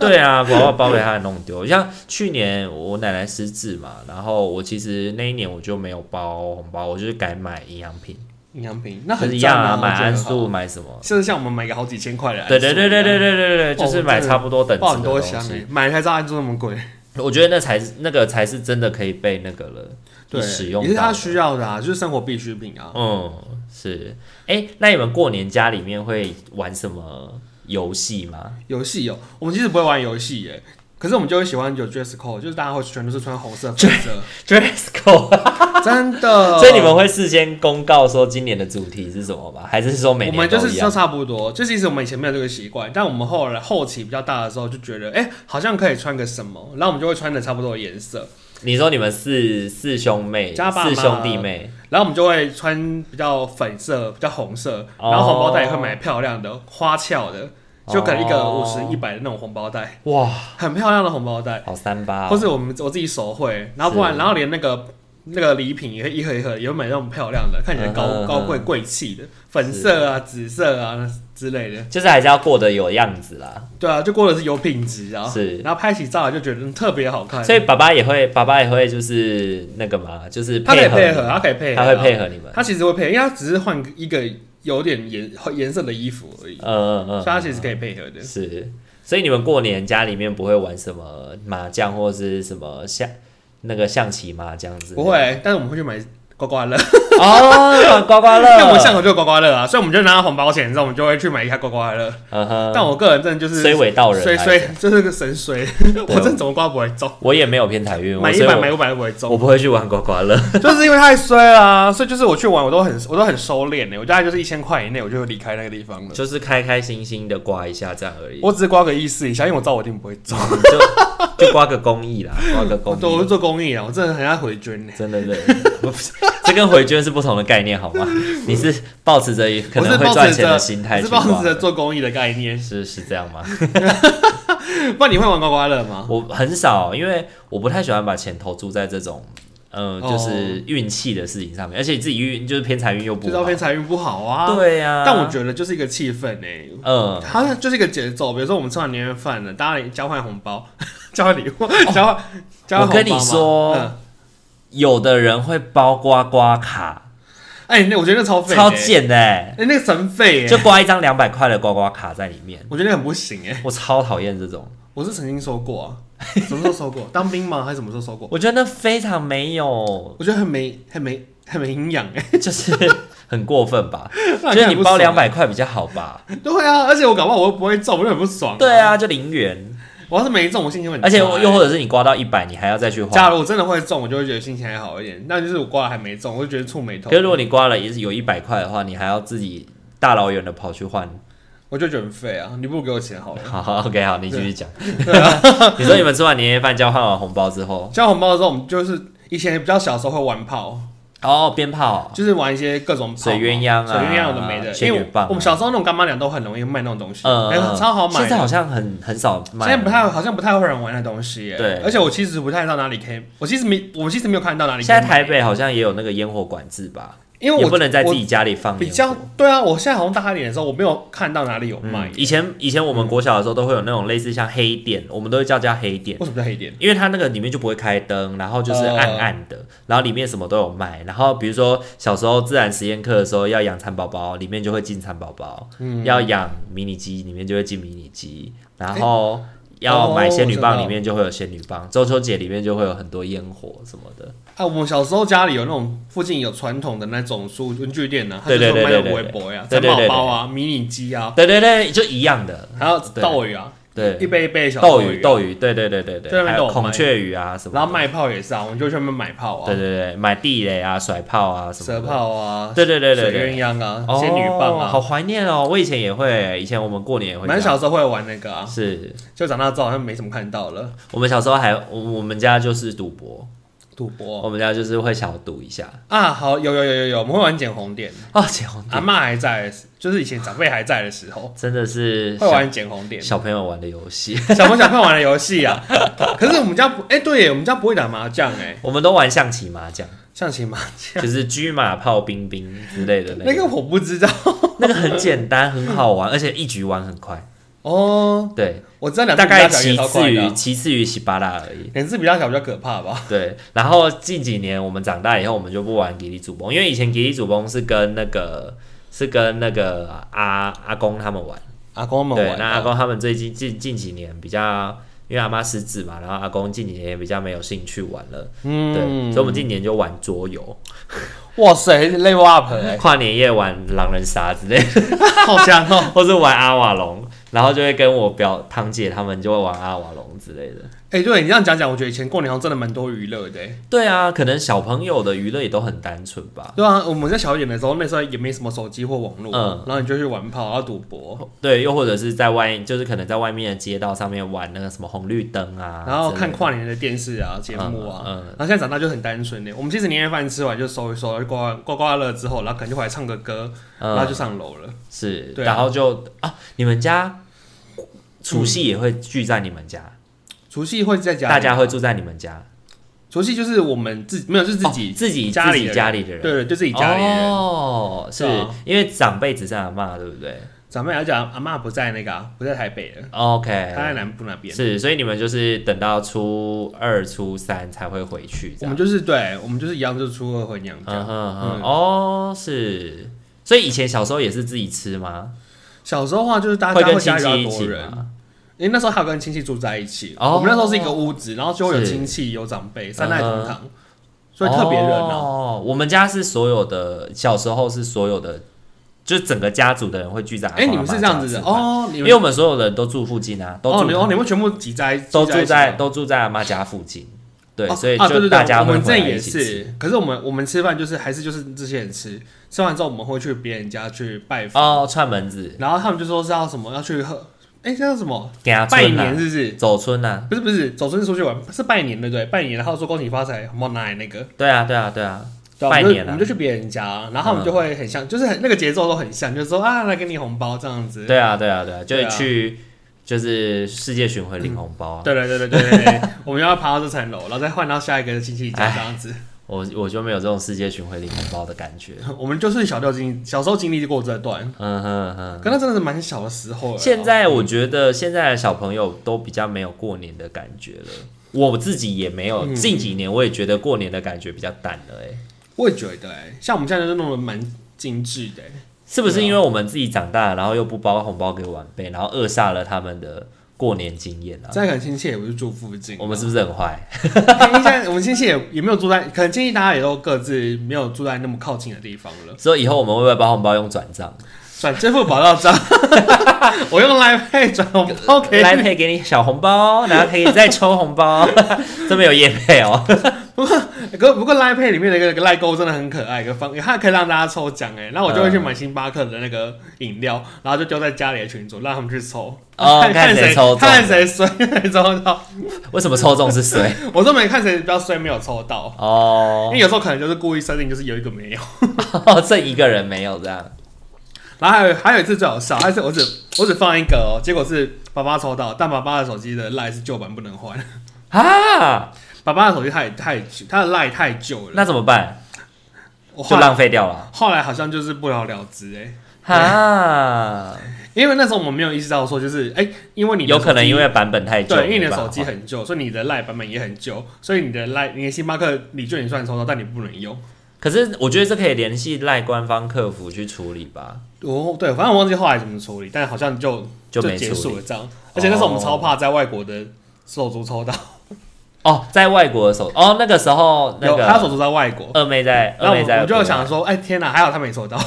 B: 对啊，包包包给他弄丢。像去年我奶奶失智嘛，然后我其实那一年我就没有包红包，我就是改买营养品，
A: 营养品那
B: 就是
A: 很
B: 一样
A: 赞
B: 啊，买
A: 安
B: 安，素买什么。
A: 就是像我们买个好几千块的安
B: 对对对对对
A: 哦对，
B: 对对对，就是买差不多等值
A: 爆
B: 的
A: 很多
B: 东
A: 箱哎、
B: 西。
A: 买了才知道安素那么贵。
B: 我觉得那才是那个才是真的可以被那个了，
A: 对，
B: 使用
A: 也是
B: 到
A: 他
B: 的
A: 需要的啊，就是生活必需品啊。
B: 嗯，是。哎、那你们过年家里面会玩什么游戏吗？
A: 游戏有，我们其实不会玩游戏耶，可是我们就会喜欢有 dress code，就是大家会全都是穿红色、粉 色，
B: dress code，
A: 真的。
B: 所以你们会事先公告说今年的主题是什么吗？还是说每
A: 我
B: 年
A: 们就
B: 都
A: 是
B: 一
A: 都
B: 样？
A: 差不多，就其实我们以前没有这个习惯，但我们后来后期比较大的时候就觉得，哎、好像可以穿个什么，然后我们就会穿的差不多的颜色，
B: 你说你们四四兄妹、
A: 加爸妈
B: 四兄弟妹，
A: 然后我们就会穿比较粉色、比较红色，
B: 哦
A: 然后红包袋也会买漂亮的、花俏的，就可能一个五
B: 哦
A: 十、一百的那种红包袋，
B: 哇，
A: 很漂亮的红包袋。
B: 好三八、
A: 或
B: 哦，
A: 是我们我自己手绘，然后不然，
B: 是
A: 然后连那个那个礼品也会一盒一盒，也会买那种漂亮的，看起来高、
B: 嗯嗯
A: 高贵贵气的，粉色啊、紫色啊之类的。
B: 就是还是要过得有样子啦。
A: 对啊，就过的是有品质啊。
B: 是
A: 然后拍起照来就觉得嗯特别好看，
B: 所以爸爸也会，爸爸也会就是那个嘛，就是
A: 他可以
B: 合
A: 配
B: 你
A: 合，
B: 们，
A: 他可以配合，啊
B: 他会配，合你们。
A: 他其实会配合，因为他只是换一个有点颜颜色的衣服而已，
B: 嗯嗯
A: 所以
B: 嗯，
A: 他其实可以配合的。
B: 是，所以你们过年家里面不会玩什么麻将或是什么象那个象棋麻将之类的？
A: 不会，但是我们会去买刮刮乐，啊
B: 哦，玩刮刮乐。
A: 因为我们巷口就有刮刮乐啊，所以我们就拿到红包钱之后，我们就会去买一下刮刮乐。
B: 嗯哼，
A: 但我个人真的就是
B: 虽伪道人
A: 衰
B: 来啊
A: 衰
B: 着，
A: 就是个神衰，我真的怎么刮不会中，
B: 我也没有偏台运，
A: 买
B: 我
A: 一
B: 所以
A: 百买
B: 我
A: 五百都不会
B: 啊我
A: 中，
B: 不会去玩刮刮乐。
A: 就是因为太衰了、啊，所以就是我去玩我都很我都很收敛欸的，我大概就是一千块以内我就会离开那个地方了。
B: 就是开开心心的刮一下这样而已，
A: 我只是刮个意思一下，因为我知道我一定不会中。
B: 就就刮个公益啦，刮个
A: 我
B: 公
A: 我是
B: 益，
A: 做公益啊，我真的很爱回捐呢、
B: 真的 对，我不是这跟回捐是不同的概念好吗？你是抱持着可
A: 我是
B: 能会
A: 抱
B: 赚
A: 持
B: 钱的
A: 着，
B: 心态
A: 我
B: 去
A: 是抱
B: 刮
A: 持着
B: 的，
A: 做公益的概念。
B: 是是这样吗？
A: 不然你会玩刮刮乐吗？
B: 我很少，因为我不太喜欢把钱投注在这种，呃，
A: 哦
B: 就是运气的事情上面，而且自己运就是偏财运又不
A: 这照
B: 好。
A: 片财运不好啊。、
B: 对呀、
A: 但我觉得就是一个气氛呢、
B: 嗯，
A: 好像就是一个节奏，比如说我们吃完年夜饭 哦了，大家交换红包、交换礼物、交换、交
B: 我
A: 换红包嘛
B: 跟你说
A: 嗯
B: 有的人会包刮刮卡，
A: 哎、那我觉得那超废、
B: 超，贱的、欸，
A: 哎、那个神废、哎，
B: 就刮一张两百块的刮刮卡在里面，
A: 我觉得那很不行哎、
B: 我超讨厌这种，
A: 我是曾经收过啊，什么时候收过？当兵吗？还是什么时候收过？
B: 我觉得那非常没有，
A: 我觉得很没、很没、很没营养哎，
B: 就是 很过分吧？
A: 那
B: 就是
A: 很
B: 你
A: 不
B: 包
A: 爽啊
B: 两百块比较好吧？
A: 对啊，而且我搞不好我又不会中，我就很不爽。
B: 对，啊，就零元，
A: 我要是没中，我心情会很差
B: 而
A: 欸。
B: 且又或者是你刮到一百，你还要再去
A: 假
B: 花。
A: 如我真的会中，我就会觉得心情还好一点。那就是我刮了还没中，我就觉得触眉头
B: 可是，如果你刮了也是有一百块的话，你还要自己大老远的跑去换。
A: 我就觉得很废啊！你不如给我钱好了。
B: 好好，OK，好，你继续讲。
A: 啊
B: 你说你们吃完年夜饭交换完红包之后，
A: 交红包的时候，我们就是以前比较小的时候会玩炮，
B: 哦，鞭炮，
A: 就是玩一些各种炮嘛
B: 水鸳鸯啊
A: 水鸳鸯有的没的。
B: 仙
A: 因
B: 女
A: 为
B: 棒啊
A: 我们小时候那种干妈娘都很容易卖那种东西，
B: 呃
A: 哎，超好买
B: 现在
A: 的。
B: 好像很很少卖，
A: 现在不太好像不太会有人玩那东西耶。
B: 对
A: 而且我其实不太知道哪里可以，我其实没我其实没有看到哪里可以
B: 现在
A: 买。
B: 台北好像也有那个烟火管制吧，
A: 因为
B: 也
A: 我
B: 不能在
A: 我
B: 自己家里放
A: 比
B: 烟
A: 较
B: 火。
A: 对啊，我现在好像大一点的时候，我没有看到哪里有卖
B: 嗯，。以前以前我们国小的时候都会有那种类似像黑店，我们都会叫它黑店，
A: 为什么叫黑店？
B: 因为它那个里面就不会开灯，然后就是
A: 哦
B: 暗暗的，然后里面什么都有卖。然后比如说小时候自然实验课的时候要养蚕宝宝，里面就会进蚕宝宝；
A: 嗯
B: 要养迷你鸡，里面就会进迷你鸡。然后要买仙女
A: 哦我
B: 棒，
A: 知道
B: 里面就会有仙女
A: 哦
B: 棒。中秋节里面就会有很多烟火什么的。
A: 啊，我们小时候家里有那种附近有传统的那种书文具店呢、啊，它
B: 对
A: 就
B: 对
A: 是卖
B: 对
A: 的
B: 对
A: 微
B: 对
A: 博呀、
B: 对
A: 蚕
B: 对
A: 宝
B: 对
A: 宝啊、迷你鸡啊，
B: 对对对，就一样的。
A: 还有
B: 对
A: 斗鱼啊，一
B: 对，
A: 杯一杯的小
B: 斗
A: 鱼、
B: 鱼，
A: 啊，
B: 斗鱼，对对对对
A: 在那
B: 对，
A: 边
B: 还
A: 都
B: 有
A: 有卖
B: 孔雀鱼啊什么的。
A: 然后卖炮也是啊，我们就去那边买炮
B: 对
A: 啊，
B: 对对，买地雷啊、甩炮啊什么的。
A: 蛇炮啊，
B: 对对对对对。
A: 水鸳鸯啊，仙女棒
B: 哦好
A: 啊，
B: 怀念哦！我以前也会，以前我们过年也会这样。
A: 蛮小时候会玩那个啊，
B: 是
A: 就长大之后好像没怎么看到了，
B: 我们小时候还，我我们家就是赌博，
A: 赌博
B: 我们家就是会小赌一下
A: 啊，好有有有有有，我们会玩捡红点，
B: 哦，捡红
A: 阿
B: 点
A: 嬷还在，就是以前长辈还在的时候，
B: 真的是
A: 会
B: 小
A: 玩捡红点。
B: 小朋友玩的游戏，
A: 小朋友小朋友玩的游戏啊。 可是我们家不，哎、对耶，我们家不会打麻将哎，
B: 我们都玩象棋、麻将，
A: 象棋麻
B: 就是车马炮、兵兵之类的
A: 那
B: 那
A: 个
B: 个，
A: 我不知道
B: 那个很简单，很好玩，而且一局玩很快。
A: 哦。
B: 对，
A: 我知道两
B: 大
A: 次比较
B: 概
A: 小也
B: 其
A: 超
B: 次
A: 快的
B: 于
A: 啊，
B: 其次于喜巴拉而已。
A: 两次比较小比较可怕吧？
B: 对，然后近几年我们长大以后，我们就不玩吉利主崩，因为以前吉利主崩是跟那个是跟那个阿阿公他们玩。
A: 阿公们
B: 对，
A: 玩
B: 那
A: 啊，
B: 阿公他们最近近近几年比较，因为阿妈失智嘛，然后阿公近几年也比较没有兴趣玩了，对，
A: 嗯，
B: 所以我们近几年就玩桌游，
A: 哇塞，level up 哎，
B: 跨年夜玩狼人杀之类的，
A: 好强哦！
B: 或是玩阿瓦隆，然后就会跟我表堂姐他们就会玩阿瓦隆之类的。
A: 哎、对你这样讲讲，我觉得以前过年好像真的蛮多娱乐的哎。
B: 对啊，可能小朋友的娱乐也都很单纯吧。
A: 对啊，我们在小一点的时候，那时候也没什么手机或网络，
B: 嗯
A: 然后你就去玩炮，然后赌博，
B: 对，又或者是在外，就是可能在外面的街道上面玩那个什么红绿灯啊，
A: 然后
B: 之类
A: 看
B: 的
A: 跨年的电视啊、节目啊，
B: 嗯嗯
A: 然后现在长大就很单纯的。我们其实年夜饭吃完就收一收，就刮刮刮乐之后，然后可能就回来唱个歌，
B: 嗯
A: 然后就上楼了。
B: 是，
A: 对啊
B: 然后就啊，你们家除夕也会聚在你们家，
A: 除夕会在家，啊
B: 大家会。住在你们家，
A: 除夕就是我们自己没有，就是自己、
B: 哦自己
A: 家里
B: 自
A: 的
B: 己家里的
A: 对
B: 人，
A: 对，就自己家里人。
B: 哦，是
A: 对啊
B: 因为长辈只剩阿妈，对不对
A: 长辈来讲，阿妈不在那个、啊，不在台北了，她在
B: ？OK，
A: 南部那边。
B: 哎是，所以你们就是等到初二、初三才会回去，这
A: 我
B: 样。
A: 们就是对，我们就是一样，就是初二回娘家。
B: 嗯哼
A: 嗯
B: 哼，哦，是，所以以前小时候也是自己吃吗？
A: 小时候的话，就是大
B: 会
A: 家
B: 跟
A: 啊会家
B: 亲
A: 里比
B: 戚一
A: 较多
B: 起
A: 人。
B: 吗？
A: 因为那时候还有跟亲戚住在一起，
B: 哦
A: 我们那时候是一个屋子，然后就会有
B: 是
A: 亲戚、有长辈，三代同
B: 嗯哼
A: 堂，所以特别热闹。
B: 哦，我们家是所有的，小时候是所有的，就是整个家族的人会聚在阿公
A: 哎、你们是这样子的
B: 阿嬷家吃饭，
A: 哦，你
B: 因
A: 们
B: 为我们所有人都住附近啊，都
A: 哦，
B: 住
A: 你哦，你们全部挤在
B: 都
A: 挤在
B: 住
A: 一起
B: 在
A: 吗
B: 都住在阿妈家附近，对，
A: 哦
B: 所以
A: 啊对对
B: 就
A: 对
B: 大家
A: 我
B: 会
A: 们这
B: 回来
A: 也
B: 一起吃。
A: 是，可是我们我们吃饭就是还是就是这些人吃，吃完之后我们会去别人家去拜访，
B: 哦，串门子、
A: 然后他们就说是要什么要去喝，哎、这叫什么
B: 家
A: 拜
B: 村
A: 年
B: 啊、
A: 是不是？
B: 走村啊，
A: 不是不是，走村出去玩是拜年对不对？拜年，然后说恭喜发财，红包拿来那个，
B: 对啊，对啊，对啊，
A: 对啊我
B: 拜
A: 们就
B: 年啊
A: 我们就去别人家，然后他们就会很像，就是很那个节奏都很像，就是说啊来给你红包这样子，
B: 对啊，对啊，对啊，就
A: 对
B: 是
A: 啊
B: 去就是世界巡回领红包啊。
A: 对对对对对对对，我们要爬到这层楼，然后再换到下一个亲戚家这样子。
B: 我我就没有这种世界巡回领红包的感觉。
A: 我们就是小时候经小时候经历过这段，
B: 嗯哼哼。
A: 可那真的是蛮小的时候了。
B: 现在我觉得现在的小朋友都比较没有过年的感觉了，我自己也没有，
A: 嗯
B: 近几年我也觉得过年的感觉比较淡了、欸，
A: 我也觉得、欸，像我们现在就弄得蛮精致的、欸，
B: 是不是因为我们自己长大，然后又不包红包给晚辈，然后扼杀了他们的过年经验啊？
A: 这样可能亲戚也不是住附近，
B: 我们是不是很坏？
A: 因为现在我 们亲戚也也没有住在，可能亲戚大家也都各自没有住在那么靠近的地方了。
B: 所以以后我们会不会包红包用转 账？
A: 转支付宝到账， 我用来 pay 转红包给
B: 来
A: 你。
B: 配给你小红包，然后可以再抽红包， 这么有业配哦。
A: 不过不过 Line Pay 里面的一个赖钩真的很可爱，一个方它可以让大家抽奖哎，那我就会去买星巴克的那个饮料，然后就丢在家里的群组，让他们去抽，
B: 哦看谁
A: 谁
B: 抽中
A: 看谁衰 抽到，
B: 为什么抽中是 谁？
A: 我都没看谁比较衰没有抽到，因
B: 哦
A: 为，有时候可能就是故意设定就是有一个没有，
B: 这一个人没有这样。
A: 然后还有还有一次最好笑，还是我只我只放一个哦，结果是爸爸抽到，但爸爸的手机的 Line 是旧版不能换，
B: 啊，
A: 爸爸的手机太太他的 Line 太旧了，
B: 那怎么办？
A: 我后
B: 就
A: 来
B: 浪费掉了。
A: 后来好像就是不了了之哎、
B: 啊，
A: 因为那时候我们没有意识到说，就是哎、因为你的
B: 有可能
A: 手机
B: 因为版本太旧，
A: 对，因为你
B: 没
A: 的
B: 办法
A: 手机
B: 换
A: 很旧，所以你的赖版本也很旧，所以你的赖你的星巴克礼券也算抽到，但你不能用。
B: 可是我觉得这可以联系赖官方客服去处理吧，
A: 哦，对，反正我忘记后来怎么处理，但好像就
B: 就没
A: 结
B: 处
A: 束了
B: 理。
A: 这样。而且那时候我们超怕在外国的手足抽到，
B: 哦，在外国的手哦，那个时候那
A: 有他手
B: 个
A: 足在外国，
B: 二妹在
A: 然
B: 二
A: 后
B: 妹在，
A: 我我就想，说，哎天哪，还好他没抽到，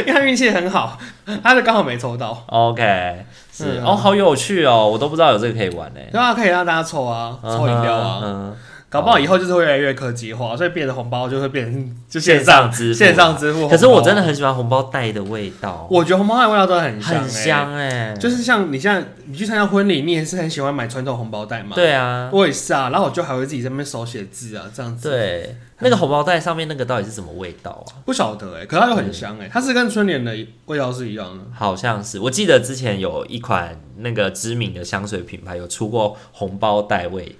A: 因为他运气很好，他就刚好没抽到，
B: OK，是、
A: 嗯
B: 哦，好有趣哦，我都不知道有这个可以玩呢、
A: 然后可以让大家抽啊，抽饮料啊。
B: 嗯哼，
A: 搞不好以后就是会越来越科技化，所以变成红包就会变成就线
B: 上支付
A: 线上支付。
B: 啊可是我真的，很喜欢红包袋的味道，
A: 我觉得红包袋味道真的很香、欸，
B: 很香哎、
A: 就是像你像你去参加婚礼，你也是很喜欢买传统红包袋嘛？，
B: 对啊，
A: 我也是啊。然后我就还会自己在那边手写字啊，这样子。，
B: 对，那个红包袋上面那个到底是什么味道啊？
A: 不晓得哎、可它又很
B: 嗯
A: 香哎、它是跟春联的味道是一样的。
B: 好像是，我记得之前有一款那个知名的香水品牌有出过红包袋 味，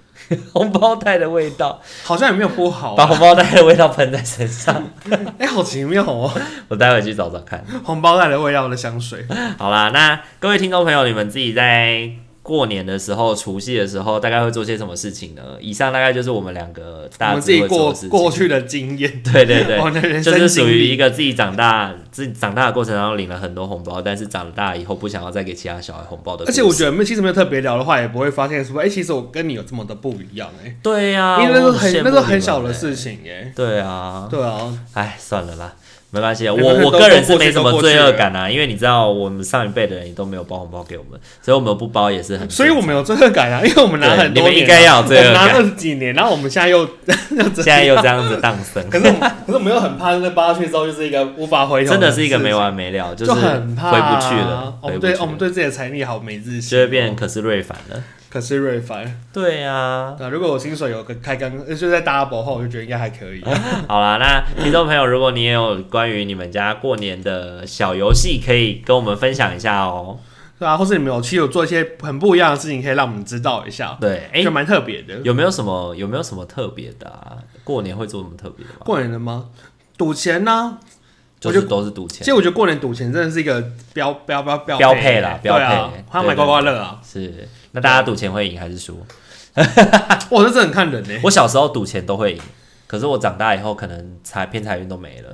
B: 红包袋的味道，
A: 好像也没有 不好、
B: 把
A: 啊，
B: 红包袋的味道喷在身上。
A: 哎、好奇妙哦、
B: 我待会去找找看。
A: 红包袋的味道的香水。
B: 好啦，那各位听众朋友，你们自己在过年的时候、除夕的时候，大概会做些什么事情呢？以上大概就是我们两个
A: 我
B: 大
A: 们
B: 致
A: 自己
B: 会做
A: 过
B: 的事情。
A: 过去的经 验，
B: 对对对，
A: 我们的人
B: 就是
A: 生
B: 属
A: 经
B: 于一
A: 历。
B: 个自己长大、自己长大的过程当中领了很多红包，但是长大以后不想要再给其他小孩红包的故
A: 而
B: 事。
A: 且我觉得没其实没有特别聊的话，也不会发现说，哎、其实我跟你有这么的不一样哎、
B: 对呀、
A: 因为那时候很
B: 啊我羡慕
A: 那时候
B: 你们
A: 很小
B: 欸
A: 的事情哎、
B: 对啊，
A: 对啊，
B: 哎，算了啦，没关系啊。
A: 没
B: 我
A: 关系
B: 我
A: 都
B: 个人是
A: 都过去
B: 没什
A: 都
B: 么
A: 过
B: 罪
A: 去
B: 恶
A: 了
B: 感啊，因为你知道我们上一辈的人也都没有包红包给我们，所以我们不包也是很。
A: 所以我们有罪恶感啊，因为我们拿很
B: 对你
A: 多
B: 们
A: 年啊，
B: 应该要有罪恶感
A: 我们拿二十几年，然后我们现在又 又
B: 现
A: 这
B: 在
A: 样，
B: 又这样子荡 生，
A: 可是我们可是我们又很怕，就是扒下去之后就是一个无法回头，
B: 真的是一个没。完没了，
A: 就是很怕、
B: 回不去了，
A: 我
B: 回
A: 们
B: 不去
A: 对哦我们
B: 了，
A: 对自己的财力好没自信，
B: 就会变。可是瑞凡了。
A: 可是瑞凡，啊
B: 对啊呀，
A: 那、如果我薪水有个开刚，呃就在 double 后，我就觉得应该还可以。啊
B: 好啦，那听众朋友，如果你也有关于你们家过年的小游戏，可以跟我们分享一下哦。
A: 对啊，或是你们有其实有做一些很不一样的事情，可以让我们知道一下，
B: 对，哎
A: 就，蛮特别的。
B: 有没有什么有没有什么特别的啊？过年会做什么特别的吗？
A: 过年了吗？赌钱啊呢、
B: 就
A: 我
B: 是
A: 就
B: 都是赌钱
A: 其。实我觉得过年赌钱真的是一个标标标标
B: 标配啦
A: 对
B: 标
A: 啊
B: 配，
A: 还要买刮刮乐啊！
B: 是，那大家赌钱会赢还是输？
A: 啊哇，这真的很看人呢。
B: 我小时候赌钱都会赢，可是我长大以后可能财偏财运都没了。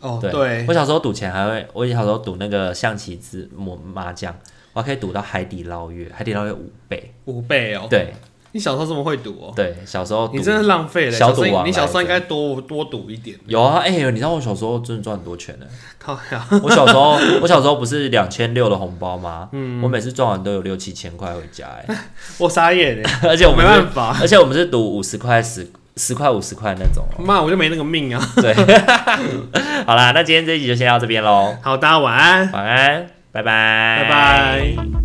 A: 哦，
B: 对，
A: 对，
B: 我小时候赌钱还会，我小时候赌那个象棋之麻麻将，我还可以赌到海底捞月，海底捞月五倍。
A: 五倍哦。
B: 对
A: 你小时候这么会赌哦？
B: 对，小时候赌
A: 你真的浪费了。
B: 小
A: 时候
B: 赌啊王
A: 你小时候
B: 来
A: 应该多多赌一点。
B: 有啊，哎、你知道我小时候真的赚很多钱呢、
A: 靠呀！
B: 我小时候，我小时候不是两千六的红包吗？嗯，我每次赚完都有六七千块回家、哎，
A: 我傻眼呢，
B: 而且我
A: 没
B: 们
A: 办法，
B: 是，而且我们是赌五十块、十十块、五十块那种哦、
A: 妈我就没那个命啊。
B: 对，好啦，那今天这一集就先到这边喽，
A: 好，大家晚安，
B: 晚安，拜拜，
A: 拜拜。